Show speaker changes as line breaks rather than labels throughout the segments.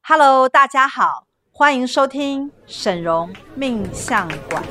Hello，大家好，欢迎收听沈荣命相馆。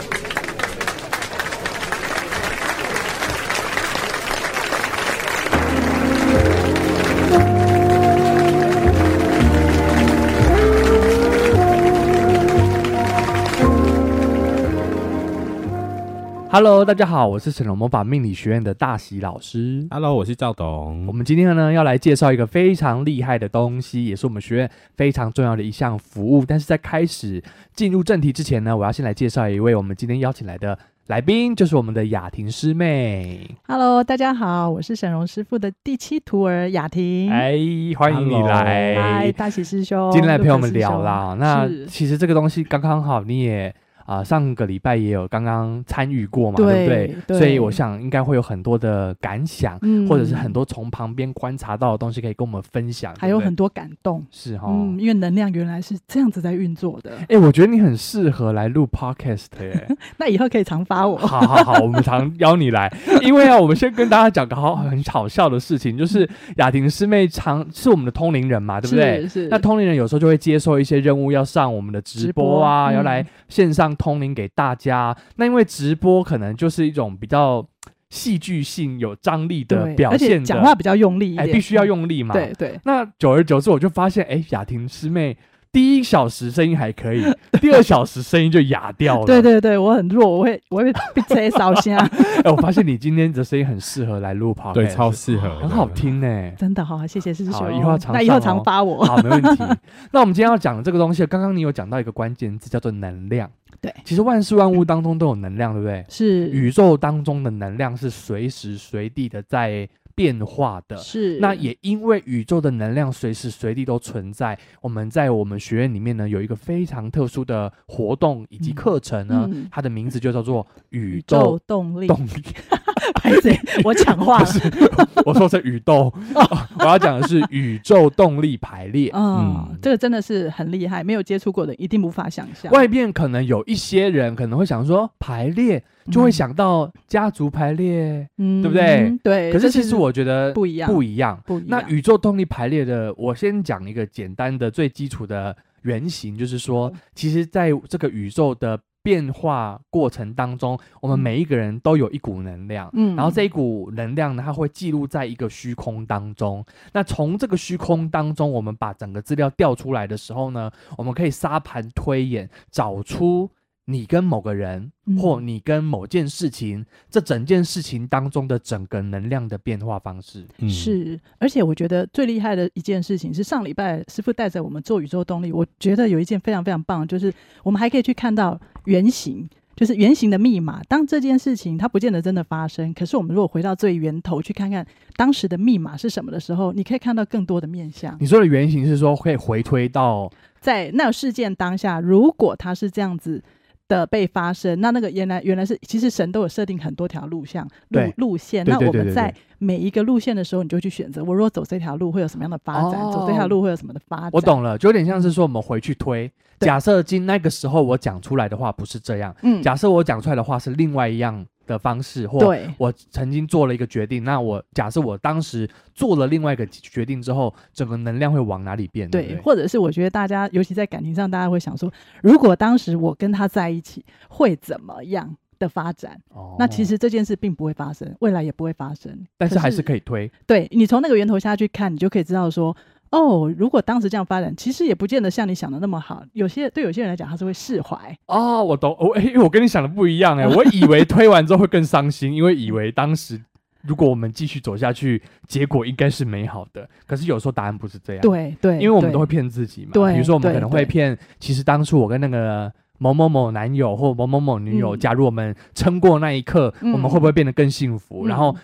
Hello，大家好，我是沈龙魔法命理学院的大喜老师。
Hello，我是赵
我
董。
们今天呢要来介绍一个非常厉害的东西，也是我们学院非常重要的一项服务。但是在开始进入正题之前呢，我要先来介绍一位我们今天邀请来的来宾，就是我们的雅婷师妹。
Hello，大家好，我是沈荣师傅的第七徒儿雅婷。
哎，欢迎你
Hello
嗨，
来，
大喜师兄，
今天来陪我
Lucas
们
师
聊
兄
啦。那
是
其实这个东西刚刚好，你也。啊、上个礼拜也有刚刚参与过嘛，
对
不对？
对
所以我想应该会有很多的感想。
嗯
或者是很，多从旁边观察到的东西可以跟我们分享，
嗯还
对
有
不对哦
很多感动。
是哈。
嗯，因为能量原来是这样子在运 作的。
哎、我觉得你很适合来录 podcast 耶！
那以后可以常发我。
好好好，我们常邀你来，因为啊，我们先跟大家讲个好很好笑的事情，就是雅婷师妹常是我们的通灵人嘛，对不对？
嗯是是，
那通灵人有时候就会接受一些任务，要上我们的直播啊，
直播嗯
要来线上通灵给大家。那因为直播可能就是一种比较戏剧性、有张力的
对，
表
而且
现的，
讲话比较用力一
哎、
点，嗯
必须要用力嘛。
对对，
那久而久之，我就发现，哎、雅婷师妹第一小时声音还可 以，第二小时声音就哑掉了。
对对对，我很弱，我会我会被吹烧啊香，
哎、我发现你今天的声音很适合来录 podcast，
对，超适合的，
哎很好听呢、
真的好，谢谢师
好
兄。
以后要常
那以
上
后
哦
常发我。
好，没问题。那我们今天要讲的这个东西，刚刚你有讲到一个关键字，叫做能量。
对
其实万事万物当中都有能量，对不对？
是
宇宙当中的能量是随时随地的在变化的。
是，
那也因为宇宙的能量随时随地都存在，我们在我们学院里面呢有一个非常特殊的活动以及
嗯
课程呢，
嗯
它的名字就叫做宇
宇
宙
宙动 力，
动力。
拍谁？我抢话
不
了。
是， 我说是宇宙，
哦
我要讲的是宇宙动力排列。
嗯
嗯，
这个真的是很厉害，没有接触过的一定无法想象。
外面可能有一些人可能会想说排列，就会
嗯，
想到家族排列，
嗯
对不对？
对。
可是
这
其实我觉得
不一样，
不
一
一样。
不一
那
样。
宇宙动力排列的，我先讲一个简单的、最基础的原型，就是说，其实在这个宇宙的变化过程当中，我们
嗯
每一个人都有一股能量。
嗯
然后这一股能量呢，它会记录在一个虚空当中。那从这个虚空当中，我们把整个资料调出来的时候呢，我们可以沙盘推演，找出你跟某个人、
嗯
或你跟某件事情，这整件事情当中的整个能量的变化方式。
嗯，
是，而且我觉得最厉害的一件事情是上礼拜师傅带着我们做宇宙动力，我觉得有一件非常非常棒，就是我们还可以去看到原型。就是原型的密码。当这件事情它不见得真的发生，可是我们如果回到最源头去看看当时的密码是什么的时候，你可以看到更多的面相。
你说的原型是说可以回推到
在那个事件当下，如果它是这样子的被发生，那那个原来原来是其实神都有设定很多条路线
对
路路线，
对
那
对
我
对
们
对
在每一个路线的时候，你就去选择，我如果走这条路会有什么样的发展，
哦
走这条路会有什么的发展。
我，懂了，就有点像是说我们回去推。
对
假设今那个时候我讲出来的话不是这样，
嗯，
假设我讲出来的话是另外一样的方式，或
对，
我曾经做了一个决定，那我假设我当时做了另外一个决定之后，整个能量会往哪里变？对不
对，
对，
或者是我觉得大家，尤其在感情上，大家会想说，如果当时我跟他在一起，会怎么样的发展？
哦
那其实这件事并不会发生，未来也不会发生，
但是还
可
是可以推，
对你从那个源头下去看，你就可以知道说，哦，如果当时这样发展，其实也不见得像你想的那么好。有些对有些人来讲，他是会释怀，
哦，我懂，我、哎，我跟你想的不一 样哎、我以为推完之后会更伤心，因为以为当时如果我们继续走下去，结果应该是美好的。可是有时候答案不是这样，，
对对，
因为我们
对
都会骗自己嘛。
对
比如说我们可能
对
会
对
骗，其实当初我跟那个。某某某男友或某某某女友，
嗯
假如我们撑过那一刻，我们
嗯
会不会变得更幸福？然后，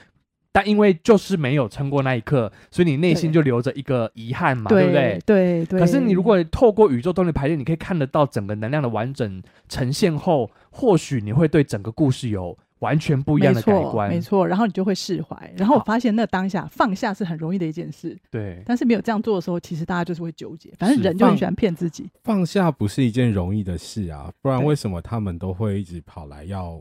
但因为就是没有撑过那一刻，所以你内心
对
就留着一个遗憾嘛，
嗯对
不对？
对对。
可是你如果透过宇宙动力排列，你可以看得到整个能量的完整呈现后，或许你会对整个故事有完全不一样的改观。
没错，没错，然后你就会释怀。然后我发现那当下放下是很容易的一件事，
对，
但是没有这样做的时候，其实大家就是会纠结。反正
是
人就
放
很喜欢骗自己，
放下不是一件容易的事啊，不然
对
为什么他们都会一直跑来要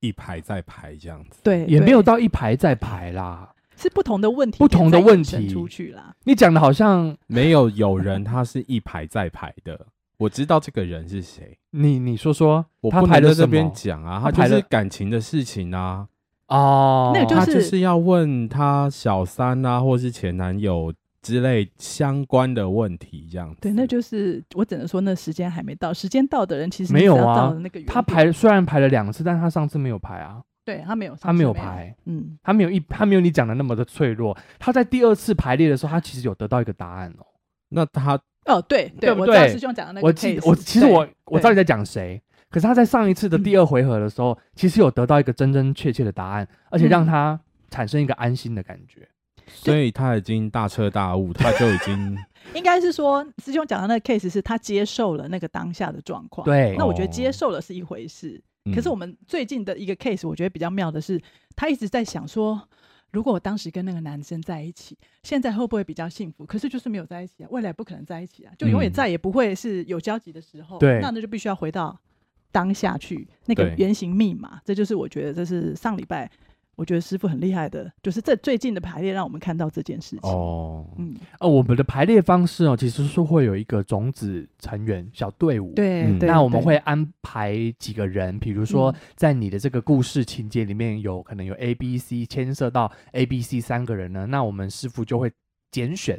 一排再排这样子？
对，
也
对
没有到一排再排啦。
是不同的问题，
不同的问题
出去啦。
你讲的好像
没有有人他是一排再排的， 我知道这个人是谁，
你你说说，
我
他
不
排
能
的
在
什
这
么
边讲啊，
他
他
排
就是
了
感情的事情啊，
哦，
那个就
他
是
就是要问他小三啊，或是前男友之类相关的问题，这样子
对，那就是我只能说，那时间还没到，时间到的人其实
没有啊
你只要到了那个原点
他排虽然排了两次，但他上次没有排啊，
对他没有，
他没有，排，
嗯，
他没有一他没有你讲的那么的脆弱。他在第二次排列的时候，他其实有得到一个答案哦。
那他
哦，对
对不
我
对
赵师兄讲的那个
我记
case，
我其实
对嗯
我我知道你在讲谁，可是他在上一次的第二回合的时候，其实有得到一个真真切切的答案，而且让
嗯
他产生一个安心的感觉。
所以他已经大彻大悟，他就已经
应该是说师兄讲的那个 case 是他接受了那个当下的状况。，
对
那我觉得
哦
接受了是一回事，
嗯
可是我们最近的一个 case，我觉得比较妙的是，他一直在想说，如果我当时跟那个男生在一起，现在会不会比较幸福？可是就是没有在一起啊，未来不可能在一起啊，就永远
嗯
再也不会是有交集的时候。
对
那那就必须要回到当下去那个
对
原型密码。这就是我觉得这是上礼拜我觉得师傅很厉害的，就是这最近的排列让我们看到这件事情。
哦，
嗯，
呃，我们的排列方式哦，其实是会有一个种子成员小队伍。
对，
嗯
对
那我们
对
会安排几个人，比如说
嗯
在你的这个故事情节里面有可能有 A、B、C 牵涉到 A、B、C 三个人呢，那我们师傅就会拣选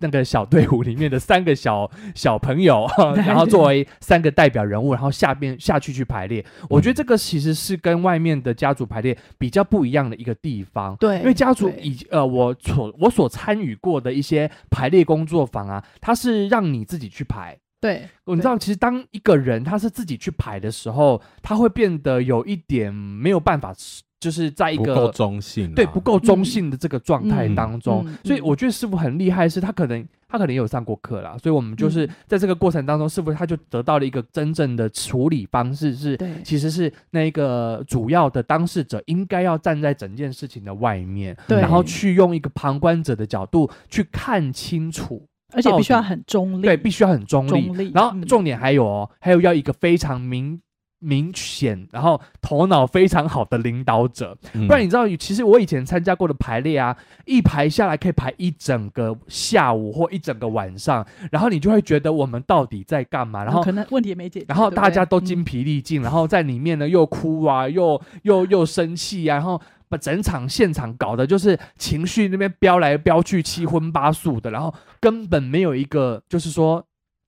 那个小队伍里面的三个小小朋 友，然后作为三个代表人物，然后下边下去去排列。我
嗯
觉得这个其实是跟外面的家族排列比较不一样的一个地方。
对，
因为家族
对
以呃，我所我所参与过的一些排列工作坊啊，它是让你自己去排，
对，
哦你知道，其实当一个人他是自己去排的时候，他会变得有一点没有办法，就是在一
不够
个
中性、啊，
对不够中性的这个状态当中。
嗯嗯嗯
所以我觉得师傅很厉害，是他可能他可能也有上过课啦，所以我们就是
嗯
在这个过程当中，师傅他就得到了一个真正的处理方式是。
对
其实是那个主要的当事者应该要站在整件事情的外面，
对
然后去用一个旁观者的角度去看清楚
而且
到
必须
底
要很中立，
对，必须要很中立。
中立
然后
嗯
重点还有哦，还有要一个非常明明显，然后头脑非常好的领导者。
嗯，
不然你知道，其实我以前参加过的排列啊，一排下来可以排一整个下午或一整个晚上，然后你就会觉得我们到底在干嘛？然后
嗯可能问题也没解决，
然后
对不
大家
对
都
嗯
精疲力尽，然后在里面呢又哭啊，又又又生气啊，然后把整场现场搞得就是情绪那边飙来飙去，七荤八素的，然后根本没有一个就是说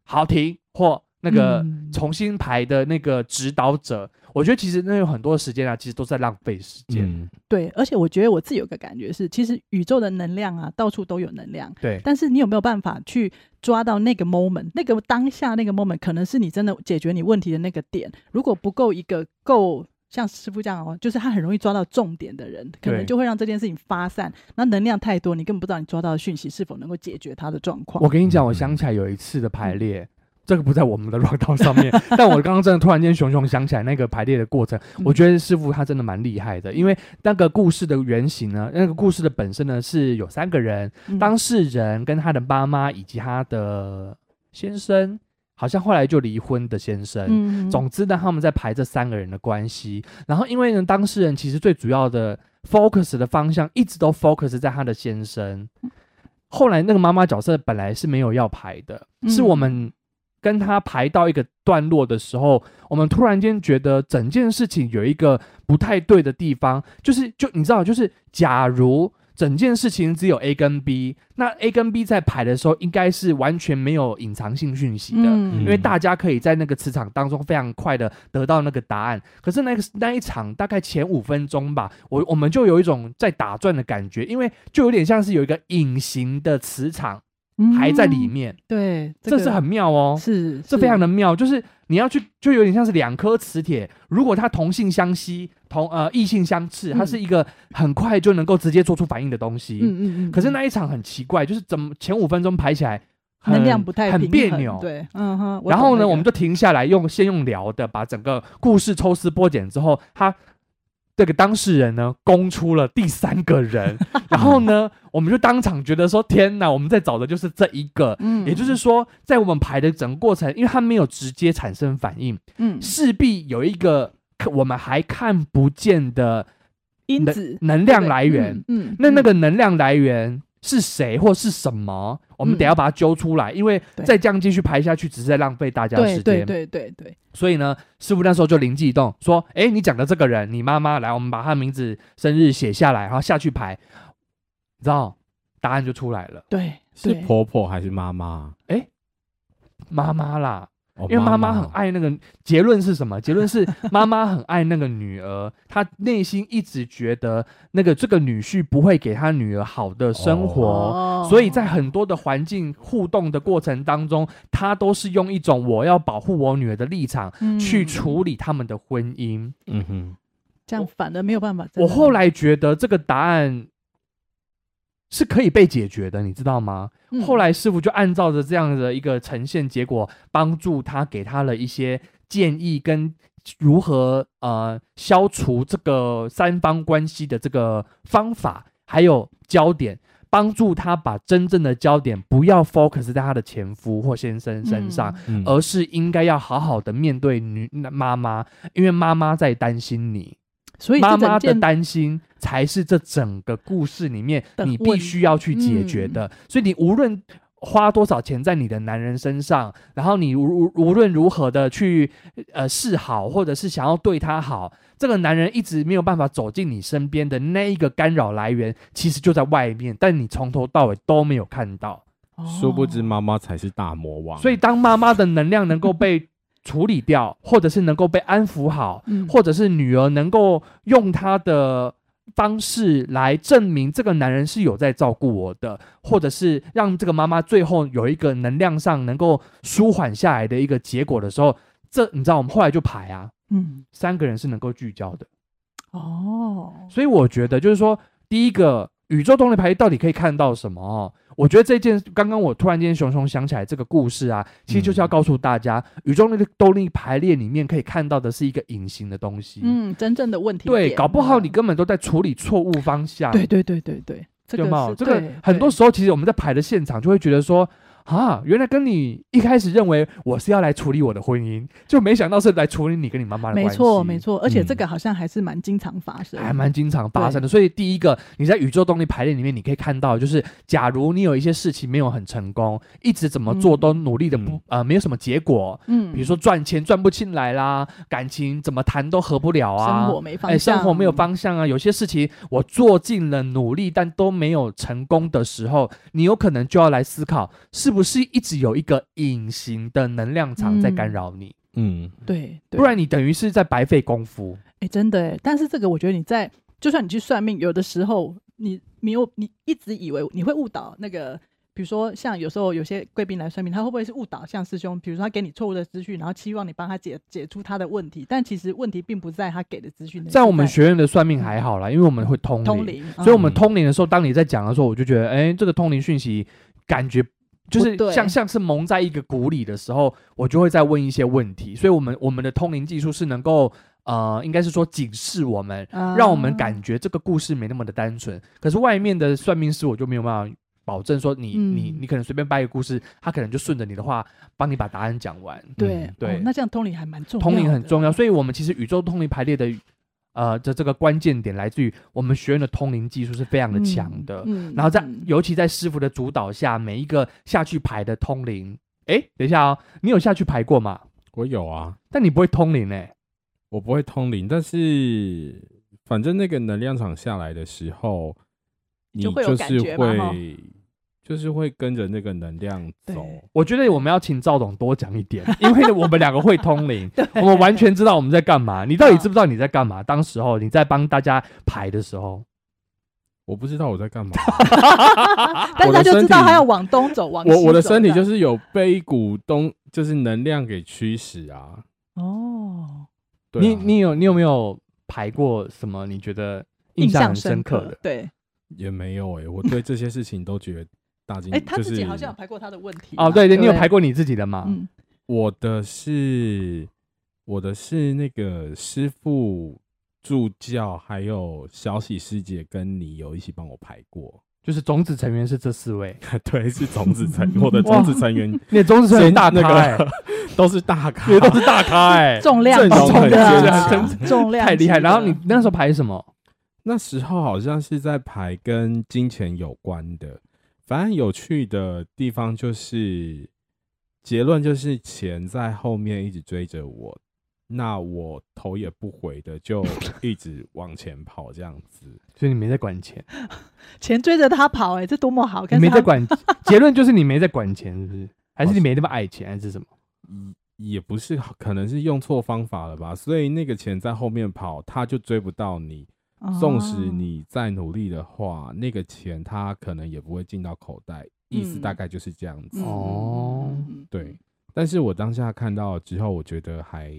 好停或那个
嗯
重新排的那个指导者。我觉得其实那有很多时间啊，其实都在浪费时间。
嗯，
对，而且我觉得我自己有个感觉是，其实宇宙的能量啊，到处都有能量，
对
但是你有没有办法去抓到那个 moment，那个当下那个 moment，可能是你真的解决你问题的那个点。如果不够一个够像师傅这样哦，就是他很容易抓到重点的人，可
对
能就会让这件事情发散。那能量太多，你根本不知道你抓到的讯息是否能够解决他的状况
我。跟你讲，我想起来有一次的排
嗯
列，这个不在我们的 round down 上面，但我刚刚真的突然间熊熊想起来那个排列的过程，
嗯
我觉得师傅他真的蛮厉害的，因为那个故事的原型呢，那个故事的本身呢是有三个人，
嗯
当事人跟他的妈妈以及他的先生，好像后来就离婚的先生，
嗯
总之呢，他们在排这三个人的关系。然后因为呢，当事人其实最主要的 focus 的方向一直都 focus 在他的先生。
嗯
后来那个妈妈角色本来是没有要排的，
嗯
是我们跟他排到一个段落的时候，我们突然间觉得整件事情有一个不太对的地方，就是就你知道，就是假如。整件事情只有 A 跟 B，那 A 跟 B 在排的时候应该是完全没有隐藏性讯息的，
嗯
因为大家可以在那个磁场当中非常快的得到那个答案。可是那个那一场大概前五分钟吧，我我们就有一种在打转的感觉，因为就有点像是有一个隐形的磁场还在里，面，
嗯对，
这是
个
很妙哦。
是
这非常的妙，就是你要去，就有点像是两颗磁铁，如果它同性相吸，同呃异性相斥，它
嗯
是一个很快就能够直接做出反应的东西。
嗯嗯嗯，
可是
嗯
那一场很奇怪，就是怎么前五分钟排起来很
能量不太
很
平
别
衡
扭，
对，嗯哼。
然后呢，我们
就
就停下来用先用聊的，把整个故事抽丝剥茧之后，他这个当事人呢供出了第三个 人，然后呢，我们就当场觉得说：天哪，我们在找的就是这一个。
嗯
也就是说，在我们排的整个过程，因为他没有直接产生反应，
嗯
势必有一个可我们还看不见的
因
能
子
能量来源。
嗯，嗯
那那
嗯
个能量来源是谁或是什么？我们
嗯
得要把它揪出来，因为
对
再这样继续排下去，只是在浪费大家的时
对
间。
嗯对对对对，
所以呢，师傅那时候就灵机一动，说：“哎，你讲的这个人，你妈妈来，我们把她名字、生日写下来，然后下去排，你知道答案就出来了。
对
是
对
婆婆还是妈妈？
妈妈啦，
哦
因为妈妈很爱那个。结论是什么？结论是妈妈很爱那个女儿，她内心一直觉得那个这个女婿不会给她女儿好的生活。
哦
所以在很多的环境互动的过程当中，他都是用一种我要保护我女儿的立场去
嗯
处理他们的婚姻。
嗯哼，
这样反而没有办法。
我后来觉得这个答案是可以被解决的，你知道吗？
嗯
后来师傅就按照着这样的一个呈现结果，帮助他给他了一些建议跟。如何呃消除这个三方关系的这个方法，还有焦点，帮助他把真正的焦点不要 focus 在他的前夫或先生身上，，
嗯
而是应该要好好的面对女妈妈，因为妈妈在担心你。
所以这
妈
整
妈的
件
担心才是这整个故事里面
的
你必
问嗯
须要去解决的。所以你无论花多少钱在你的男人身上，然后你无无无论如何的去呃示好，或者是想要对他好，这个男人一直没有办法走进你身边的那一个干扰来源，其实就在外面，但你从头到尾都没有看到。
殊不
哦
知妈妈才是大魔王。
所以当妈妈的能量能够被处理掉，或者是能够被安抚好，
嗯
或者是女儿能够用她的方式来证明这个男人是有在照顾我的，或者是让这个妈妈最后有一个能量上能够舒缓下来的一个结果的时候，这你知道我们后来就排啊，
嗯
三个人是能够聚焦的，
哦，
所以我觉得就是说，第一个宇宙动力排列到底可以看到什么哦？我觉得这件刚刚我突然间熊熊想起来这个故事啊，其实就是要告诉大家，宇宙那个动力排列里面可以看到的是一个隐形的东西，
嗯，真正的问题
对，
点
搞不好你
嗯
根本都在处理错误方向。
对对对对对，这
对吗
个？
这个很多时候，其实我们在排的现场就会觉得说，啊，原来跟你一开始认为我是要来处理我的婚姻，就没想到是来处理你跟你妈妈的
没
关系。
错没，错，而且这
嗯
个好像还是蛮经常发生，
还蛮经常发生的。所以第一个，你在宇宙动力排列里面，你可以看到，就是假如你有一些事情没有很成功，一直怎么做
嗯
都努力的不、
嗯
呃没有什么结果，
嗯，
比如说赚钱赚不进来啦，感情怎么谈都合不了啊，
嗯生活没方
哎，
向，
生活没有方向啊！有些事情我做尽了努力，但都没有成功的时候，你有可能就要来思考，是不是一直有一个隐形的能量场在干扰你？
嗯，
对，对
不然你等于是在白费功夫。
哎，真的哎，但是这个我觉得你在，就算你去算命，有的时候你没有，你一直以为你会误导那个，比如说像有时候有些贵宾来算命，他会不会是误导像师兄？比如说他给你错误的资讯，然后期望你帮他解解出他的问题，但其实问题并不在他给的资讯，
在我们
是
学院的算命还好啦，因为我们会通
在
灵，
通灵，
所以我们
嗯
通灵的时候，当你在讲的时候，我就觉得，哎、这个通灵讯息感觉。就是
不对
像像是蒙在一个鼓里的时候，我就会再问一些问题，所以我们我们的通灵技术是能够呃，应该是说警示我们
嗯
让我们感觉这个故事没那么的单纯。可是外面的算命师，我就没有办法保证说你、你
嗯
你可能随便掰一个故事，他可能就顺着你的话帮你把答案讲完。
对、
嗯
对
哦那这样通灵还蛮重要，
通灵很重
啊
要，所以我们其实宇宙通灵排列的呃的这个关键点来自于我们学院的通灵技术是非常的强的。
嗯，嗯
然后在
嗯
尤其在师傅的主导下，每一个下去排的通灵，哎，等一下哦，你有下去排过吗？
我有啊，
但你不会通灵哎、
我不会通灵，但是反正那个能量场下来的时候，你
就会有
就
感
是
觉嘛哈
会，就是会跟着那个能量走。
对
我觉得我们要请赵董多讲一点，因为我们两个会通灵， 我们完全知道我们在干嘛。你到底知不知道你在干嘛？当时候你在帮大家排的时候，
我不知道我 在干嘛，
但是
我
他
的
就
身
知道
体
他要往东走，往
我我的
西走
身体
这样
就是有被一股东就是能量给驱使啊。
哦，
对
你
啊
你有你有没有排过什么？你觉得印象
象
很深刻
刻
的？，
对，
也没有哎、我对这些事情都觉得大惊。
哎，他
就是
自己好像有排过他的问题
嗯哦，
嘛
对对，
对，
你有排。过你自己的吗？
嗯，
我的是我的是那个师傅助教，还有小喜师姐跟你有一起帮我排过。
就是种子成员是这四位，
对，是种子成我的种子成员
你的种子成员
真
大
那
咖、欸，
个 都是大咖
你，的 都是大咖哎、
重量
阵
级
容很
的啊
坚强
重量
太厉害。
级的
然后你那时候排什么？
那时候好像是在排跟金钱有关的，反正有趣的地方就是结论就是钱在后面一直追着我，那我头也不回的 就一直往前跑这样子。
所以你没在管钱，
钱追着他跑、哎，这多么好！
你
看
没
他
在管， 结论就是你没在管钱，是不是？还是你没那么爱钱，还是什么？
也不是，可能是用错方法了吧，所以那个钱在后面跑，他就追不到你。纵使
哦
你再努力的话，那个钱他可能也不会进到口袋，意思大
嗯
概就是这样子。
嗯
哦
嗯嗯嗯嗯
对，但是我当下看到之后，我觉得还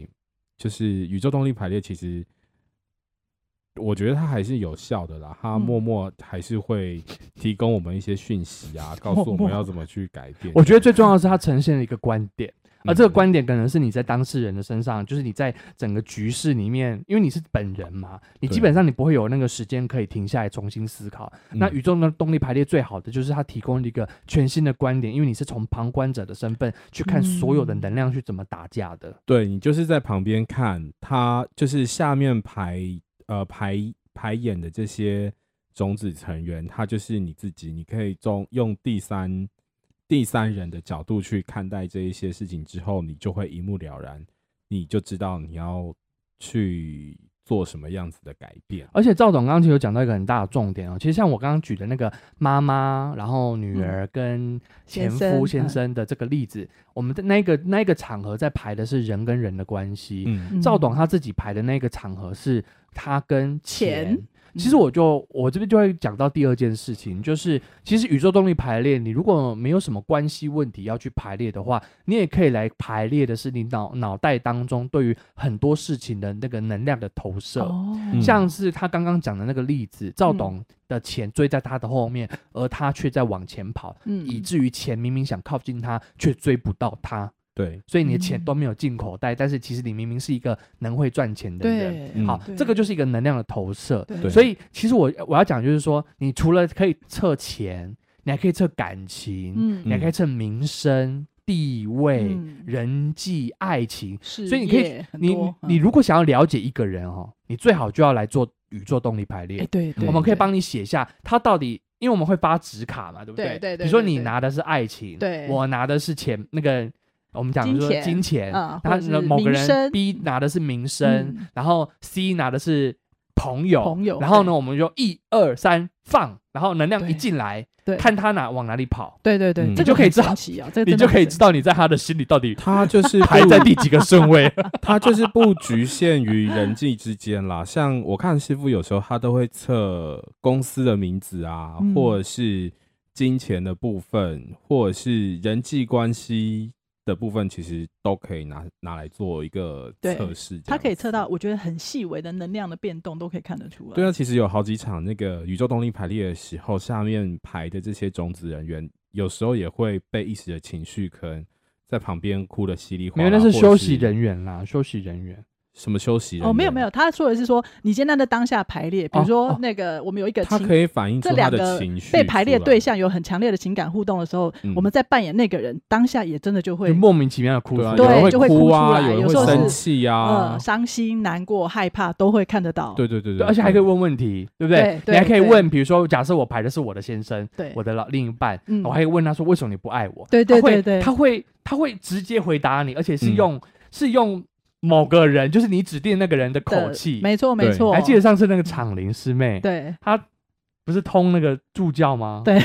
就是宇宙动力排列，其实我觉得它还是有效的啦。它
嗯
默默还是会提供我们一些讯息 啊，告诉我们要怎么去改变。
我觉得最重要的是它呈现了一个观点，而
嗯
这个观点可能是你在当事人的身上，就是你在整个局势里面，因为你是本人嘛，你基
对
本上你不会有那个时间可以停下来重新思考。那
嗯
宇宙的动力排列最好的就是它提供了一个全新的观点，因为你是从旁观者的身份去看所有的
嗯
能量去怎么打架的。
对你就是在旁边看，它就是下面排呃排排演的这些种子成员，它就是你自己，你可以中用第三第三人的角度去看待这一些事情之后，你就会一目了然，你就知道你要去做什么样子的改变。
而且赵总刚刚其实有讲到一个很大的重点哦，其实像我刚刚举的那个妈妈，然后女儿跟前
嗯先
夫
生嗯
先生的这个例子，我们的那个那个场合在排的是人跟人的关系。
嗯，
赵董他自己排的那个场合是他跟钱。
钱嗯
其实我就我这边就会讲到第二件事情，就是其实宇宙动力排列，你如果没有什么关系问题要去排列的话，你也可以来排列的是你脑脑袋当中对于很多事情的那个能量的投射。
哦嗯
嗯
像是他刚刚讲的那个例子，赵董的钱追在他的后面，而他却在往前跑，
嗯
以至于钱明明想靠近他，却追不到他，
对，
所以你的钱
嗯
都没有进口袋。但是其实你明明是一个能会赚钱的人。
对，
嗯
好，这个就是一个能量的投射。
对
所以其实我我要讲就是说，你除了可以测钱，你还可以测感情，
嗯
你还可以测名声、地位、
嗯
人际、爱情。
是，
所以你可以
很
你
多
你
嗯
如果想要了解一个人哦，你最好就要来做宇宙动力排列。
哎对，对
我们可以
对
帮你写下他到底，因为我们会发纸卡嘛，对不
对对对
比如说
对
你
对
拿的是爱情，
对
我拿的是钱，那个我们讲
金
说
钱
金钱，
啊
然
或者
后
是
某个
名
人
声
B 拿的是名声
嗯，
然后 C 拿的是朋友，
朋友
然后呢，
对
我们就一二三放，然后能量一
对
进来，
对
看他哪往哪里跑，
对对对
嗯，
你
这
就
个
可以
很
知道
神奇哦，这个
你
真
就
的
可以
很
知
神
道你在他的心里到底
它就是
排
不
在第几个顺位。
它就是不局限于人际之间啦。像我看师傅有时候他都会测公司的名字啊，
嗯
或者是金钱的部分，或者是人际关系的部分，其实都可以拿拿来做一个
对
测试。
它啊可以测到，。我觉得很细微的能量的变动都可以看得出来。
对啊，其实有好几场那个宇宙动力排列的时候，下面排的这些种子人员，有时候也会被一时的情绪坑，在旁边哭的稀里哗
没
啦。
有，那
或
是
者
休息人员啦，休息人员。
什么休息人
哦，没有
员
没有，他说的是说你现在的当下排列，比
哦
如说
哦
那个我们有一个
它
情
可以反映
这
出他
两
的
个
情绪。
被排列对，象有很强烈的情感互动的时候
嗯，
我们在扮演那个人当下也真的就
就
会
莫名其妙的哭
对
出
啊，
来
对
有人
就会
哭
哭
啊，
出来
有人
有
会
时候
生
是
气啊
呃，伤心、难过、害怕都会看得到。
对对对
对，而且还可以问问题，对不对
嗯对？对
你还可以
对
问，比如说，假设我排的是我的先生，
对
我的老另一半，
嗯
哦我还可以问他说为什么你不爱我？
对
他
对
会
对对
他会他会直接回答你，而且是
嗯
用是用某个人，就是你指定那个人的口
的
气。
没错没
对
错，
还记得上次那个场灵师妹，
对
她不是通那个助教吗？
对，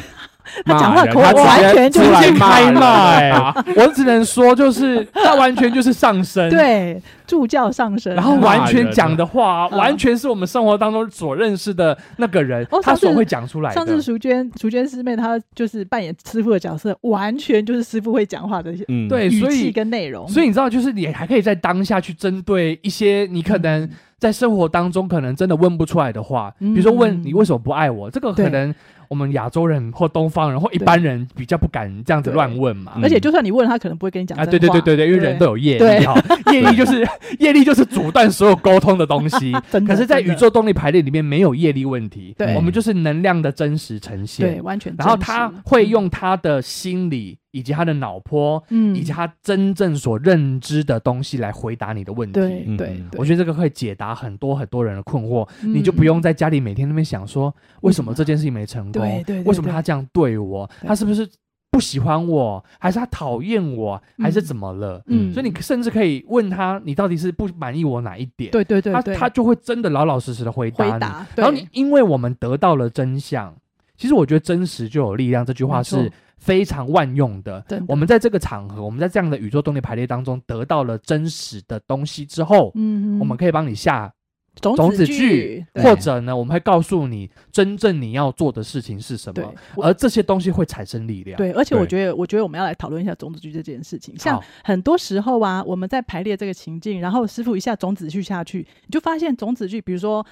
骂
他讲话
人
口
他
吻
直接
完全就
直
是
出来
接
骂
开
人
骂哎！我只能说，就是她完全就是上身，，
对助教上身，
嗯然后
骂
完全
人
讲的话啊，
嗯
完全是我们生活当中所认识的那个人
哦，
他
上次
所会讲出来的。
上次淑娟，淑娟师妹她就是扮演师傅的角色，完全就是师傅会讲话的
嗯，
对，
语
哎所以
气跟内容。
所以你知道，就是你还可以在当下去针对一些你可能在生活当中可能真的问不出来的话，
嗯
比如说问你为什么不爱我，这个可能我们亚洲人或东方人或一
对
般人比较不敢这样子
对
乱问嘛。
而且就算你问他，可能不会跟你讲
啊，
真
对对
话
对对对，因为人都有业力
嗯对
哈，业力就是业力就是阻断所有沟通的东西。
真的
可是，在
真的
宇宙动力排列里面没有业力问题，
对
我们就是能量的真实呈现
对。完全真
然
实，
后他会用他的心理以及他的脑波，
嗯
以及他真正所认知的东西来回答你的问
对
题。
嗯
对对
嗯，
我觉得这个会解答很多很多人的困惑，
嗯
你就不用在家里每天那边想说为什么这件事情没成功，
对对对
为什么他这样对我，
对
他是不是不喜欢我，还是他讨厌我，还是
嗯
怎么了？
嗯，
所以你甚至可以问他，你到底是不满意我哪一点？
对对对
他
对，
他就会真的老老实实的回答
回
你。
答，
然后
对
你因为我们得到了真相，其实我觉得真实就有力量这句话
没错
是非常万用的
真的。
我们在这个场合，我们在这样的宇宙动力排列当中得到了真实的东西之后，
嗯，
我们可以帮你下
种
种
子
子句，
对
或者呢，我们会告诉你真正你要做的事情是什
对
么，
我
而这些东西会产生力量。
对，而且我
对
觉得，我觉得我们要来讨论一下种子句这件事情。像
好，
很多时候啊，我们在排列这个情境，然后师傅一下种子句下去，你就发现种子句，比如说，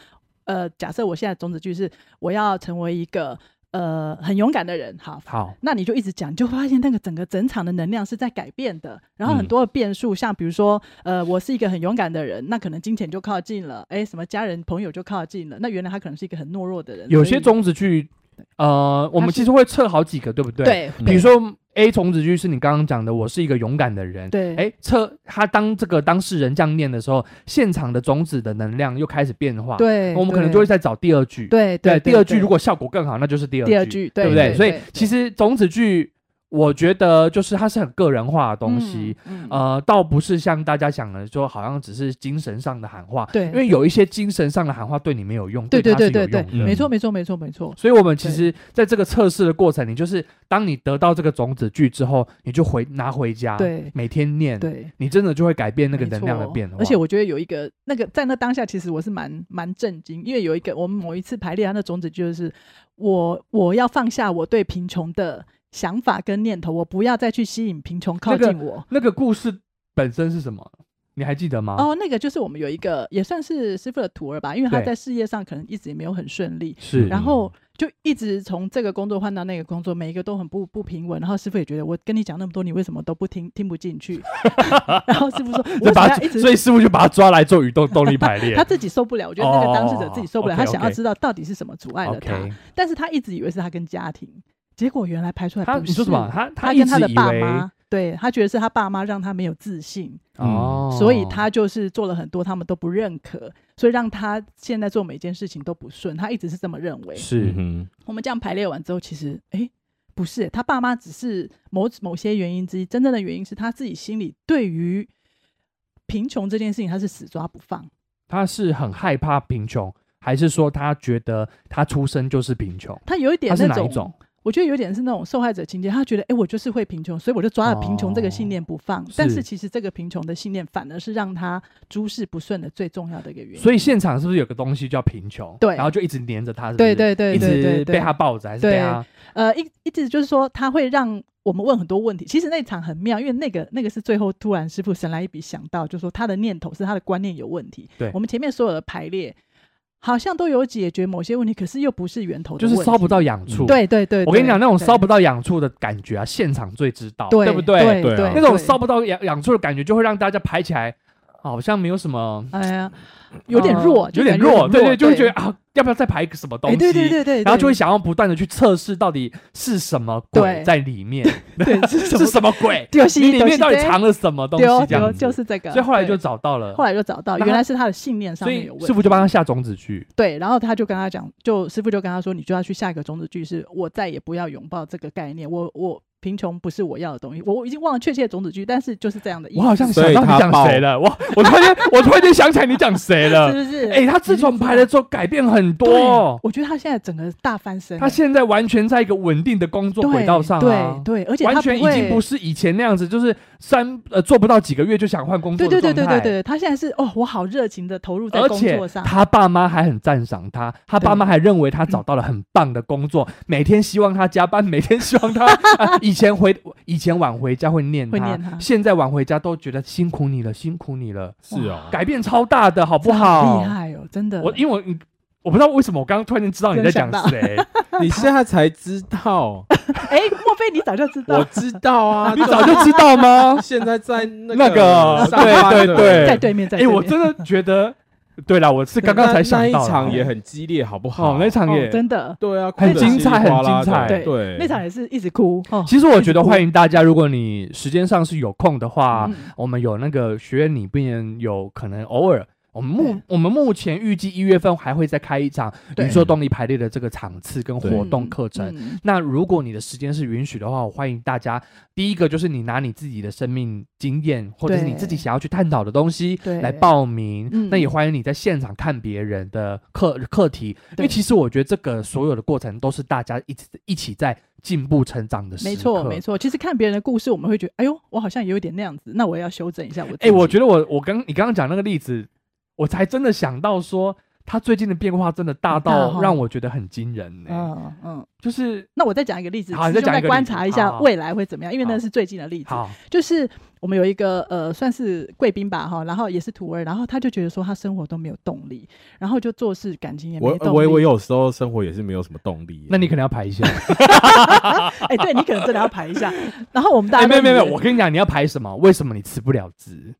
呃，假设我现在种子句是我要成为一个呃很勇敢的人，好，
好，
那你就一直讲，你就发现那个整个整场的能量是在改变的。然后很
嗯
多的变数，像比如说，呃，我是一个很勇敢的人，那可能金钱就靠近了，哎，什么家人朋友就靠近了。那原来他可能是一个很懦弱的人。
有
所
些
以
种子去，呃，我们
它是
其实会测好几个，对不对？。
对
嗯
比如说 A 种子句是你刚刚讲的，我是一个勇敢的人。
对
哎，测他当这个当事人这样念的时候，现场的种子的能量又开始变化。，
对，
我们可能
对
就会再找第二句。
对
第二句如果效果更好，那就是第二句，
第二句
对不
对
对？所以
对
其实种子句，我觉得就是它是很个人化的东西。，
嗯嗯
呃，倒不是像大家想的说，好像只是精神上的喊话，
对
因为有一些精神上的喊话对你没有用，
对对
他是
对
有
对
用
对
的。，
嗯
没错没错没错没错，
所以，我们其
对
实在这个测试的过程，你就是当你得到这个种子句之后，你就回拿回家，，
对
每天念，，
对。
你真的就会改变那个
没
能量的
错
变化。
而且我觉得有一个那个在那当下，其实我是蛮蛮震惊，因为有一个我们某一次排列，他的种子就是我我要放下我对贫穷的想法跟念头，我不要再去吸引贫穷靠
那个啊
近我。
那个故事本身是什么？你还记得吗？，
哦，那个就是我们有一个也算是师傅的徒儿吧，因为他
对
在事业上可能一直也没有很顺利，
是
然后就一直从这个工作换到那个工作，每一个都很不不平稳。然后师傅也觉得我跟你讲那么多，你为什么都不听听不进去？ 然后师 傅说，我
就
为什么
把他
要一直
所以师傅就把他抓来做宇动动力排列
他。自己受不了，我觉得那个当事者自己受不了，
哦
他
OK，OK
想要知道到底是什么阻碍了他
OK，
但是他一直以为是他跟家庭，结果原来排出来
他
不
你
是
说什么？他
他
一
跟他
直
的
以
爸
为
妈，对他觉得是他爸妈让他没有自信，
哦，
嗯所以他就是做了很多他们都不认可，所以让他现在做每件事情都不顺，他一直是这么认为。
是
嗯
我们这样排列完之后，其实诶，不是，他爸妈只是某某些原因之一，真正的原因是他自己心里对于贫穷这件事情他是死抓不放。
他是很害怕贫穷，还是说他觉得他出生就是贫穷？
他有一点
他是
那
哪一
种，
种？
我觉得有点是那种受害者情节，他觉得哎、诶我就是会贫穷，所以我就抓了贫穷这个信念不放。但
哦是
是其实这个贫穷的信念反而是让他诸事不顺的最重要的一个原因。
所以现场是不是有个东西叫贫穷？
对
然后就一直黏着他，是不
对
是？
对对对
一
对
直被
对，
他抱着，还是被
对
他？
呃，一一直就是说他会让我们问很多问题。其实那场很妙，因为那个那个是最后突然师傅神来一笔想到，就说他的念头是他的观念有问题。
对
我们前面所有的排列好像都有解决某些问题，可是又不是源头的
就
问
是
题，
烧不到。痒处。
嗯，
对对对，
我跟你讲，那种
对
烧不到痒处的感觉啊，现场最知道，
对
不
对？
对啊
那种烧
烧，
不到痒痒处的感觉，就会让大家排起来，好像没有什么，
哎呀，有点
呃
弱，
有
就
点
感觉
弱，
很
对对，就会
对
觉得啊，要不要再排一个什么东
哎，
西？
对对对对，
然后就会
对
想要不断的去测试到底是什么鬼
对
在里面，
对是 什
是
么
什么鬼？
丢西
你里
丢
面
西
到底
对
藏了什么东西？
丢
这样
丢
子
就是这个，
所以后来就
对
找到了
后，来就找到，
那他
原来是他的信念上
所
面
以
有问题。
师傅就帮他下种子去。
对，然后他就跟他讲，就师傅就跟他说，你就要去下一个种子句，是我再也不要拥抱这个概念，我我贫穷不是我要的东西，我我已经忘了确切的种子句，但是就是这样的意思，
我好像想到你讲谁了，我我突然间我突然间想起来你讲谁了
是。不是？
哎、他自从排了之后改变很
对
多，哦
我觉得他现在整个大翻身了，欸
他现在完全在一个稳定的工作
对
轨道上、啊，
对对，而且
完
他
全已
会
经不是以前那样子，就是三呃做不到几个月就想换工作的
对对
状
对
态。
对对对，他现在是哦，我好热情的投入在
而
工
且
作上，
他爸妈还很赞赏他，他爸
对
妈还认为 他找到了很棒的工作，每天希望他加班，每天希 望他、啊以前回以前晚回家会念他，
会念他
现在晚回家都觉得辛苦你了，辛苦你了，
是哦，
改变超大的好不
哇
好？
厉害哦，真的，
我因为我我不知道为什么我刚刚突然间知道你在讲谁，
你现在才知道，
哎，莫非你早就知
我
道？
知道啊，
你早就知道吗？
现在在那
那个
上班
对对
的
对
在对面，在
哎，
对面。
我真的觉得，对啦，我是刚刚才想
那
到啦
一场也很激烈，好不好？
哦，那场
哦
也，
真的
对啊，
很
哭得
精彩
稀里哗啦
很精彩
的对
对，那场也是一直哭哦。
哎其实我觉得欢迎大家，如果你时间上是有空的话，
嗯
我们有那个学院里边有可能偶尔，我们目
对
我们目前预计一月份还会再开一场
对
宇宙动力排列的这个场次跟活动课程。
嗯
那如果你的时间是允许的话，我欢迎大家。第一个就是你拿你自己的生命经验，或者是你自己想要去探讨的东西
对
来报名。
嗯
那也欢迎你在现场看别人的课课题，因为
对
其实我觉得这个所有的过程都是大家一起一起在进步成长的时刻。
没错，没错。其实看别人的故事，我们会觉得，哎呦，我好像有一点那样子，那我也要修正一下我自己。
哎、我觉得我我刚你刚刚讲那个例子，我才真的想到说，他最近的变化真的大
很大
到
哦
让我觉得很惊人呢、
嗯嗯。
就是
那我再讲一个例子，
好
其
你
实
再
就
讲一
来
个
观
例子
察一
好
下
好
未来会怎么样，因为
好
那是最近的例子。
好，
就是我们有一个呃，算是贵宾吧哈，然后也是徒儿，然后他就觉得说他生活都没有动力，然后就做事感情也没
我
动力。
我我有时候生活也是没有什么动力耶。
那你可能要排一下。
哎，对你可能真的要排 一下。然后我们大
哎、
家
没有
都
没有没有，
以为
我跟你讲，你要排什么？为什么你辞不了职？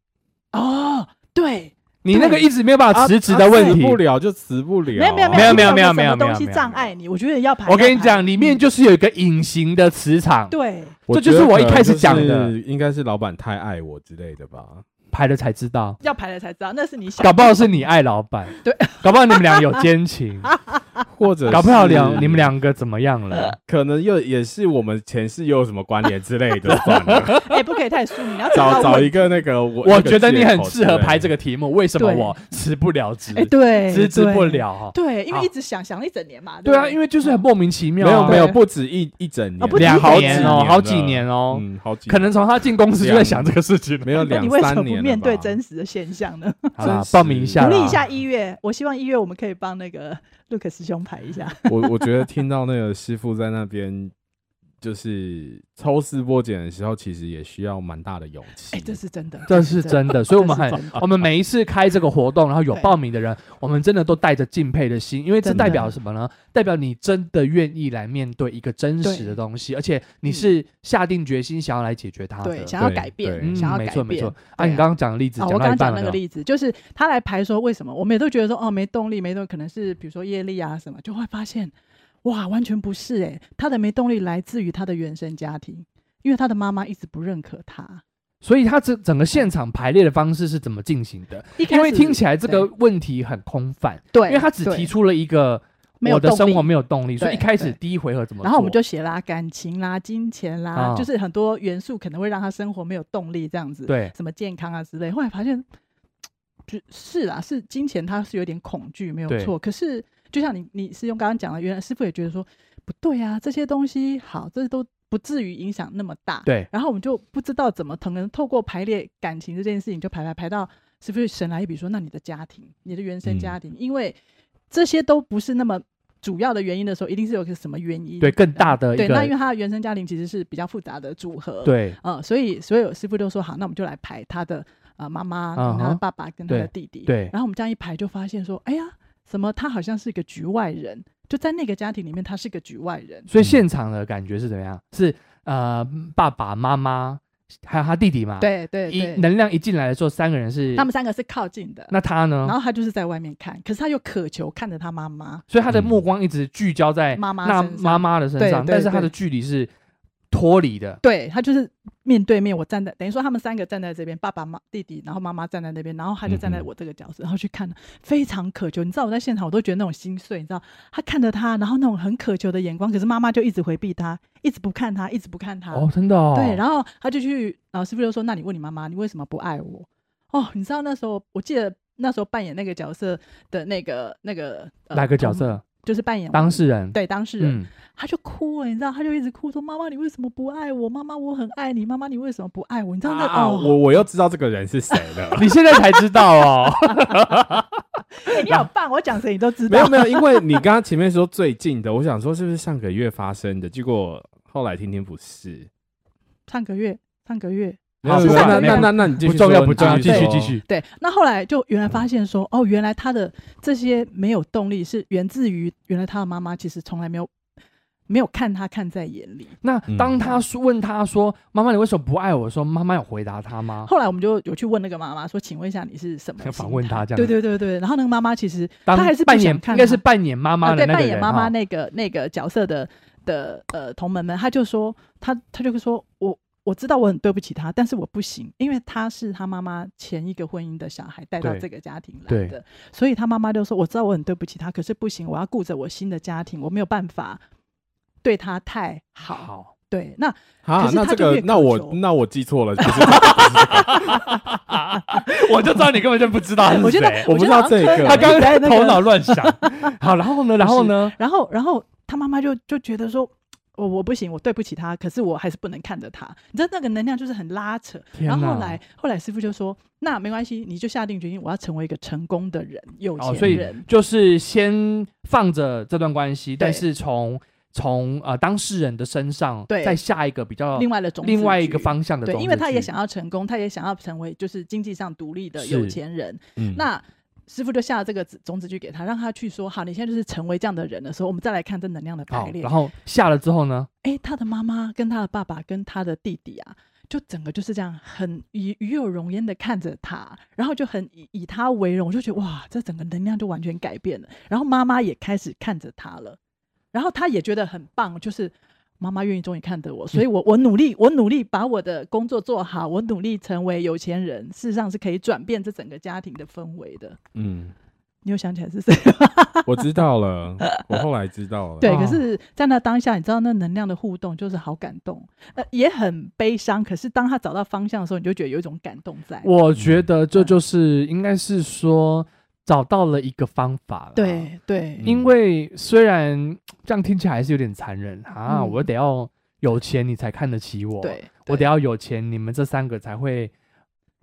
哦，对，
你那个一直没有办法
啊
辞职的问题。
辞不了就辞不了，
没有没有
没有没有
你
没有
什么
没有
东西
没有
障碍你，我觉得要排。
我跟
要
你
排
讲，里面就是有一个隐形的磁场，
啊对
这就是我一开始讲的，
应该是老板太爱我之类的吧。
排了才知道，
要排了才知道，那是你想
搞不好是你爱老板，
对，
搞不好你们俩有奸 情，
或者
搞不好两
是
你们两个怎么样了？
可能又也是我们前世又有什么关联之类 的，算了，
哎、不可以太疏离，你要找
找
到
找
问
一个那个我，
我觉得你很适合排这
个
个题目，为什么
对
我辞不了职？
哎、对，
辞职
对
不，了哈。
对，因
好
为一直想想了一整年嘛，
对
对嗯
啊，因为就是很莫名其
借
妙
口之类
啊，
的。没有没有，
对
不止一一整年，
哦不止
两
一
好几
年
年哦，
了
好几年哦，
嗯，好几
可能从他进公司就在想这个事情了。啊
没有
那
两
你为什
三
么
年
不
了
面对
吧
真实的现象呢？
好啦
真，是
报名一下
鼓
啦，
嗯励一下一月，我希望一月我们可以帮那个 Luke 师兄排一下。
我我觉得听到那个师傅在那边就是抽丝剥茧的时候，其实也需要蛮大的勇气。
哎、 这是真的，
这是真的，所以我们很
这是真，的
我们每一次开这个活动，然后有
对
报名的人，我们真的都带着敬佩的心，因为这
真的
代表什么呢？代表你真的愿意来面对一个真实的东西，而且你是下定决心想要来解决它的。嗯
对，想要
对
改变，
对
想要
没
改
错
变。
没错。啊，
对
你刚刚讲的例子
啊，
讲
我刚
到一
刚
半
讲
了
那个
没有，
例子，就是他来排说为什么，我们也都觉得说哦没动力，没动力，可能是比如说业力啊什么，就会发现哇完全不是哎、他的没动力来自于他的原生家庭，因为他的妈妈一直不认可他，
所以它整整个现场排列的方式是怎么进行的？
一开始
因为听起来这个问题很空泛，
对，
因为他只
对
提出了一个
没有
我的
动
生
力
活没有动力，所以
对
一开始
对
第一回合怎么做？
然后我们就写啦，感情啦、金钱啦，
啊
就是很多元素可能会让他生活没有动力，这样子。
对
什么健康啊之类。后来发现，就是啊，是金钱他是有点恐惧，没有
对
错。可是就像你你师兄刚刚讲的，原来师傅也觉得说不对啊，这些东西好，这都不至于影响那么大。。
对
然后我们就不知道怎么可能透过排列感情这件事情，就排排排到师傅就神来一笔说，那你的家庭，你的原生家
嗯
庭，因为这些都不是那么主要的原因的时候，一定是有个什么原因。
对更大的一
对，那因
个
为他的原生家庭其实是比较复杂的组合，，
对
呃，所以所有师傅都说好，那我们就来排他的呃妈妈、
嗯哼
跟他的爸爸跟他的弟弟，
对
然后我们这样一排就发现说，哎呀，什么他好像是一个局外人，就在那个家庭里面他是个局外人，
所以现场的感觉是怎么样？是呃，爸爸妈妈还有他弟弟嘛？，
对对
啊一
对，
能量一进来的时候，三个人是
他们三个是靠近的，
那他
然
呢？
后他就是在外面看，可是他又渴求看着他妈妈，
所以他的
嗯
目光一直聚焦在
妈妈
那
身上
妈妈的身上，
对对
但是他
对
的距离是脱离的。
对他就是面对面，我站在等于说他们三个站在这边，爸爸妈弟弟，然后妈妈站在那边，然后他就站在
嗯哼
我这个角色，然后去看，非常渴求。你知道我在现场，我都觉得那种心碎，你知道他看着他，然后那种很渴求的眼光，可是妈妈就一直回避他，一直不看他，一直不看他。
哦，真的哦。
啊对，然后他就去，然后师傅就说：“那你问你妈妈，你为什么不爱我？”哦，你知道那时候，我记得那时候扮演那个角色的那个那个、呃
哪个角
同
色？
就是扮演我
当事人。
对当事人，
嗯，
他就哭了，你知道，他就一直哭说：“妈妈，你为什么不爱我？妈妈，我很爱你。妈妈，你为什么不爱我？”你知道那、
啊，
哦，
我我又知道这个人是谁了。
你现在才知道 哦。
哎 你好棒，我讲谁你都知
没
道
有。没 有，因为你刚刚前面说最近的，我想说是不是上个月发生的，结果后来听听不是。
上个月，上个月，
没有
好
没有
不
那
管
那那那你继续
不重要
说
不重要，
你
继续
说
继续。
对，那后来就原来发现说，哦，原来他的这些没有动力是源自于原来他的妈妈其实从来没有没有看他看在眼里。
那
嗯
当他说问他说：“妈妈，你为什么不爱我？”的时候，妈妈有回答他吗？
后来我们就有去问那个妈妈说，请问一下你是什么心态？
访问他这样
对对对对，然后那个妈妈其实
当
她还是不
扮
想
演，
看
应该
他
是扮演妈妈
啊，
的
对
那个
扮
人
演妈
哈
妈那个那个角色的的呃同门们，他就说他他就会说我我知道我很对不起他，但是我不行，因为他是他妈妈前一个婚姻的小孩带到
对
这个家庭来
对
的，所以他妈妈就说我知道我很对不起他，可是不行，我要顾着我新的家庭，我没有办法对他太好。
好，
对，那可
啊，
是
那
他
这
就
个
越
那
苛
我
求
那我 记错了，不是这个
我就知道你根本就不知道是谁。
我觉得
我不知道
好像
这
柯
个
南
他刚
一直在
刚
那
头
个
脑乱想。好，然后呢？然后呢？
然后，然后他妈妈就就觉得说，我我不行，我对不起他，可是我还是不能看着他。你知道那个能量就是很拉扯。
天
然后
哪
后来，后来师傅就说，那没关系，你就下定决心，我要成为一个成功的人，有
哦，所
钱
以
人。
就是先放着这段关系，但
对
是从从呃当事人的身上，
对
再下一个比较
另外的种
哦另
子
外一个
去
方向的
对
种，子
因为他也
去
想要成功，他也想要成为就是经济上独立的有
是
钱人。
嗯
那师傅就下了这个子种子去给他，让他去说，好，你现在就是成为这样的人的时候，我们再来看这能量的排
好，
列。
然后下了之后呢？
哎，他的妈妈跟他的爸爸跟他的弟弟啊，就整个就是这样很与与有容焉的看着他，然后就很以以他为荣，我就觉得哇，这整个能量就完全改变了。然后妈妈也开始看着他了，然后他也觉得很棒，就是。妈妈愿意终于看着我，所以我我努力，我努力把我的工作做好，我努力成为有钱人，事实上是可以转变这整个家庭的氛围的。
嗯，
你有想起来是谁吗？
我知道 了，我后来知道了。
对，
哦
可是，在那当下，你知道那能量的互动就是好感动，呃，也很悲伤。可是当他找到方向的时候，你就觉得有一种感动在。
我觉得这就是应该是说找到了一个方法了。
对对
嗯
因为虽然这样听起来还是有点残忍啊，
嗯
我得要有钱你才看得起我，
对，
我得
对
要有钱，你们这三个才会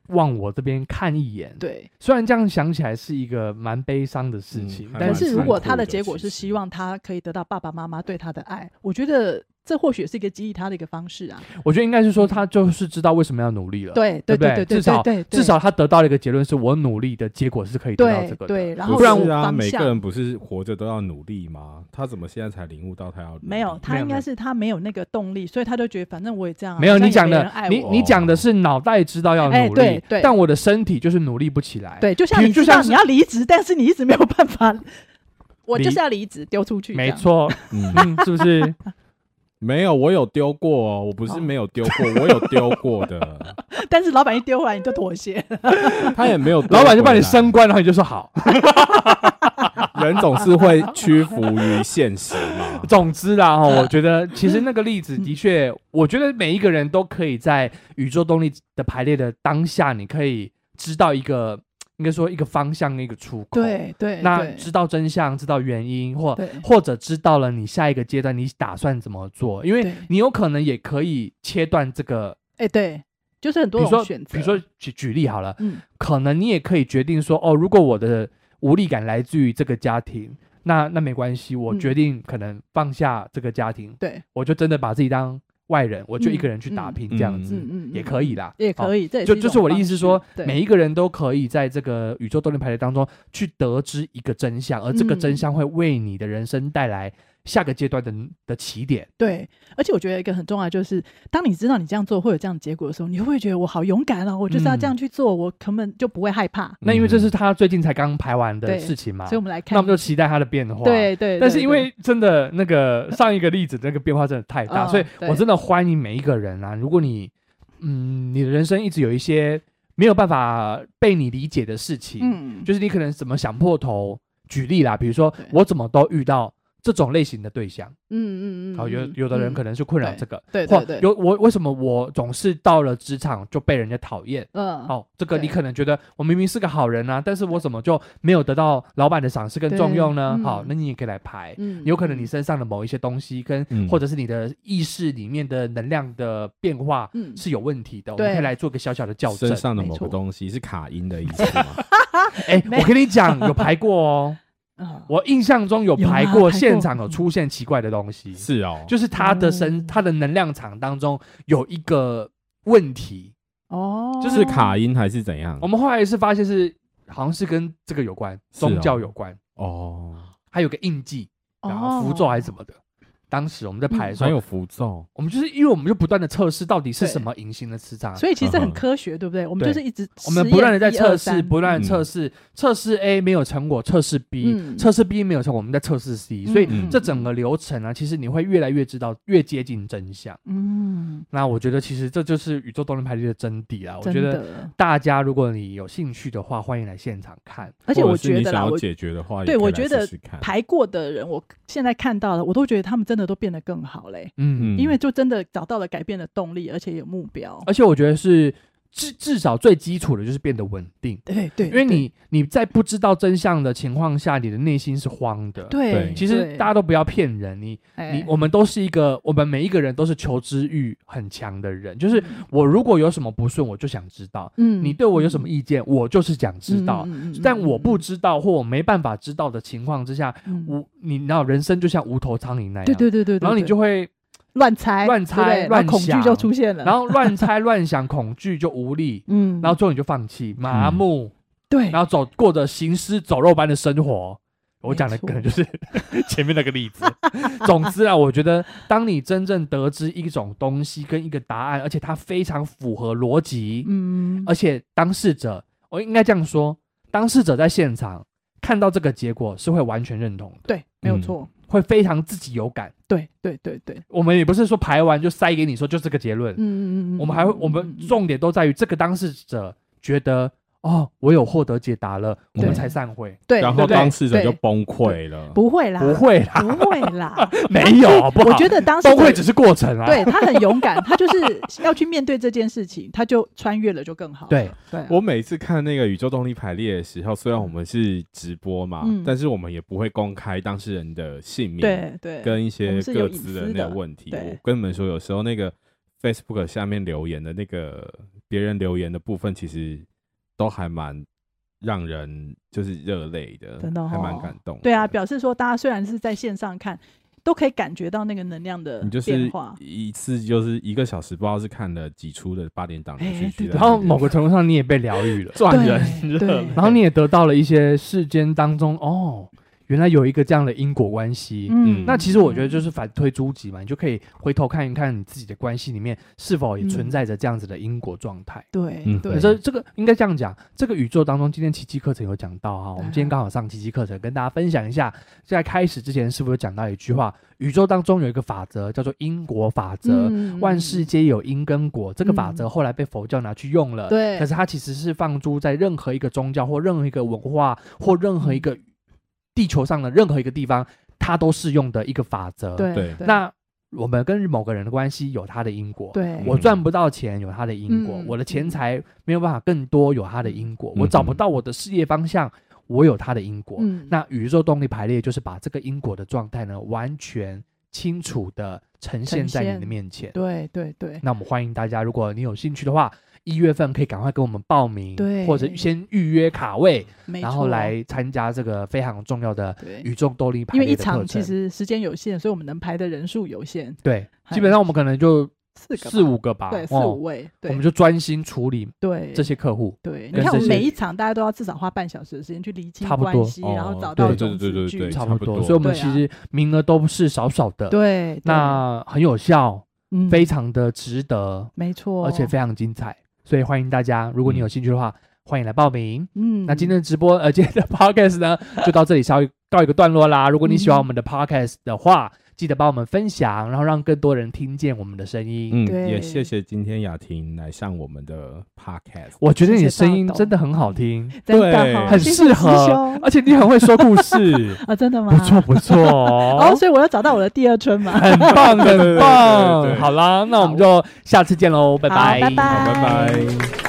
往我这边看一眼。，
对。
虽然这样想起来是一个蛮悲伤的事
嗯
情，
还
可
但
蛮
是
是
如果
残酷
他
的
的结
其
果是
实
希望他可以得到爸爸妈妈对他的爱，我觉得这或许也是一个激励他的一个方式啊。
我觉得应该是说他就是知道为什么要努力了。。
对
对不
对
对
对
至
对
少
对对，
至少他得到了一个结论，是我努力的结果是可以得到
对
这个的。
对，然
不
后
不然
是
是啊，
方
每个
向
人不是活着都要努力吗？他怎么现在才领悟到他要努力
没有，他
有
应
没有
该是他没有那个动力，所以他就觉得反正我也这样啊，
没有
好像
你
也
讲
没
的
人爱，
你
我
你讲的是脑袋知道要
哎
努力
对，对
但我的身体就是努力不起来。，
对，就像
比
你
就
知
像
道
是
你要离职，但是你一直没有办法， 我
离
就是要离职丢出去，
没。错，
嗯，
嗯，是不 是？
没有，我有丢过哦，我不是
哦
没有丢过，我有丢过的。
但是老板一丢回来，你就妥协。
他也没有，
老板就把你升。官，然后你就说好。。
人总是会屈服于现实嘛
总之啦，哈， 我觉得其实那个例子的确，我觉得每一个人都可以在宇宙动力的排列的当下，你可以知道一个，应该说一个方向，一个出口。。
对对
哦那
对
知道真相，知道原因，或
对
或者知道了你下一个阶段你打算怎么做，因为
对
你有可能也可以切断这个，
哎对，就是很
比
多
如
种
说
选择。
比如说举举例好了，
嗯，
可能你也可以决定说，哦，如果我的无力感来自于这个家庭，那那没关系，我
嗯
决定可能放下这个家庭，
对，
我就真的把自己当外人，我就一
嗯
个人去打
嗯
拼这样子，
嗯嗯，
也可以啦，
也
哦
可以，这也
就
一
就是
种
我的意思
方
是说
式，对
每一个人都可以在这个宇宙动力排列当中去得知一个真相，而这个真
嗯
相会为你的人生带来下个阶段的的起点。
对，而且我觉得一个很重要的就是，当你知道你这样做会有这样的结果的时候，你会不会觉得我好勇敢啊？我就是要这样
嗯
去做，我根本就不会害怕。
那因为这是他最近才刚排完的
嗯对
事情嘛，
所以我们来
那
看
我们，就期待他的变化。。
对对，
但
对
是因
对
为真的那个上一个例子那个变化真的太大，
嗯
所以
对
我真的欢迎每一个人啊！如果你嗯你的人生一直有一些没有办法被你理解的事情，
嗯，
就是你可能怎么想破头。举例啦，比如说
对
我怎么都遇到这种类型的对象，
嗯嗯嗯，
好有
嗯
有的人可
嗯
能是困扰这个，
对
或
对对，
有我为什么我总是到了职场就被人家讨厌？
嗯
哦，这个你
对
可能觉得我明明是个好人啊，但是我怎么就没有得到老板的赏识跟重用呢？
对嗯
好，那你也可以来排，
嗯，
有可能你
嗯
身上的某一些东西跟
嗯
或者是你的意识里面的能量的变化
嗯
是有问题的，我们
对
可以来做个小小的校正
身。上的
没
某个
错
东西是卡音的意思吗？
哎，
没
我跟你讲，有排过哦。
嗯
我印象中有
有吗
排
排
过
过
现场有出现奇怪的东西，
是哦，
就是他的身、
哦
他的能量场当中有一个问题，
哦，
就是卡音还是怎样
我？们后来是发现是好像是跟这个有关，
是哦
宗教有关，
哦，
还有个印记，然后
哦
符咒还是什么的。当时我们在排的时候，
很有符咒，
我们就是因为我们就不断的测试到底是
对
什么隐形的磁场，
所以其实
嗯
很
哼
科学，对不对？我们
啊对
就是一直
我们
实
不断的
验
在
一
测
二
试，
三
不断
嗯
地测试，测试 A 没有成果，测试 B，
嗯
测试 B 没有成果，我们在测试 C，所以
嗯
这整个流程啊，其实你会越来越知道，越接近真相。
嗯，
那我觉得其实这就是宇宙动力排列的真谛啊！我
真
觉得
的，
大家如果你有兴趣的话，欢迎来现场看。
而且
或
我
者是
觉
你
得
想
啦，
要
我
解决的话，
对
也可以
我
来
觉得
试试看
排过的人，我现在看到了，我都觉得他们真的都变得更好嘞，
嗯，
嗯
因为就真的找到了改变的动力，而且有目标。
而且我觉得是至至少最基础的就是变得稳定，
对对，
因为
对
你你在不知道真相的情况下，你的内心是慌的。
对哎
对，
其实大家都不要骗人，你你我们都是一个，我们每一个人都是求知欲很强的人。就是我如果有什么不顺，我就想知道；
嗯
你对我有什么意见，我就是想知道。，但我不知道或我没办法知道的情况之下，
无，
我你知道人生就像无头苍蝇那样，
嗯对对对对，
啊然后你就 会，
乱猜
乱猜
对不对然后
乱
恐惧
想
就出现了，
然后乱猜乱想，恐惧就无力，
嗯，
然后最后你就放弃，麻木，
对，
然后走过着行尸走肉般的生活。我讲的
没错
可能就是 前面那个例子。总之啊，我觉得当你真正得知一种东西跟一个答案，而且它非常符合逻辑，
嗯，
而且当事者，我应该这样说，当事者在现场看到这个结果是会完全认同的，
对，没有
嗯
错，
会非常自己有感。
对对对对，
我们也不是说排完就塞给你说就这个结论，
嗯嗯嗯，
我们还会
嗯
我们
嗯嗯
重点都在于这个当事者觉得哦，我有获得解答了，我们
对
才散会，
对，
然
对
后
不对
当事者就
对
崩溃了。
不会啦，
不会啦，
不会啦，
没有，好 不好
我觉得当时
崩溃只是过程啊，
对他很勇敢，他就是要去面对这件事情，他就穿越了就更好。
对，
对啊，
我每次看那个宇宙动力排列的时候，虽然我们是直播嘛，
嗯
但是我们也不会公开当事人的姓名，
对对
跟一
我
些
们是有
各
隐
自
私
的那
的
个问题。
对
我跟你们说，有时候那个 Facebook 下面留言的那个别人留言的部分，其实都还蛮让人就是热泪的，
真的哦
还蛮感动。
对啊，，表示说大家虽然是在线上看，都可以感觉到那个能量的
你就是
变化。
一次就是一个小时，不知道是看了几出的八点档连续
哎
剧
对
在那边，
然后某个程度上你也被疗愈 了，
赚
对
人热
对
泪，
然后你也得到了一些世间当中哦，原来有一个这样的因果关系。
嗯
那其实我觉得就是反推诸己嘛，你就可以回头看一看你自己的关系里面是否也存
嗯
在着这样子的因果状态。
对
嗯
对
可
对
是这个应该这样讲，这个宇宙当中，今天奇迹课程有讲到哈、我们今天
嗯
刚好上奇迹课程，跟大家分享一下。在开始之前，是不是有讲到一句话？宇宙当中有一个法则叫做因果法则，
嗯
万事皆有因跟果。这个法
嗯
则后来被佛教拿去用了，
对
可是它其实是放诸在任何一个宗教或任何一个文化或任何一
嗯
个地球上的任何一个地方，它都适用的一个法则。，
对
对
那我们跟某个人的关系有它的因果，
对
我赚不到钱有它的因果，
嗯
我的钱财没有办法更多有它的因果，
嗯
我找不到我的事业方向，我有它的因果。
嗯
那宇宙动力排列就是把这个因果的状态呢，完全清楚的呈现在
呈现
你的面前。
对对对
那我们欢迎大家，如果你有兴趣的话，一月份可以赶快跟我们报名，
对
或者先预约卡位，
没
然
错
后来参加这个非常重要的
对，
宇宙动力排
因为
列
一
的课程。
场其实时间有限，所以我们能排的人数有限，
对，
还
基本上我们可能就
四个
四
吧
五个吧，
对四
哦
五位，对
我们就专心处理
对
这些客户。
对，你
跟
看我
这些
们每一场大家都要至少花半小时的时间去理清
差不
关
多
系，
哦
然后找
对
到
对
对
种
对
子
对
句
对。
差不
差不
多，
多
所以我们
对
其
啊
实名额都是少少的，
对，
那很有效，
对嗯
非常的值得，
没错，
而且非常精彩，所以欢迎大家，如果你有兴趣的话，欢迎来报名。
嗯，
那今天的直播，呃，今天的 podcast 呢，就到这里稍微告一个段落啦。如果你喜欢我
嗯
们的 podcast 的话，记得帮我们分享，然后让更多人听见我们的声音。
嗯，
对
也谢谢今天雅婷来上我们的 podcast。
我觉得你的
谢谢大
声音
董
真的很好听，
真的
对
哈
很
谢谢
适
师
合
兄，
而且你很会说故事，
啊，真的吗？
不错不错
哦，
哦，
所以我要找到我的第二春嘛。
很棒
对
很
对对对对
棒。
对
好啦，那我们就下次见喽，拜
好
拜，
拜拜
好，拜拜。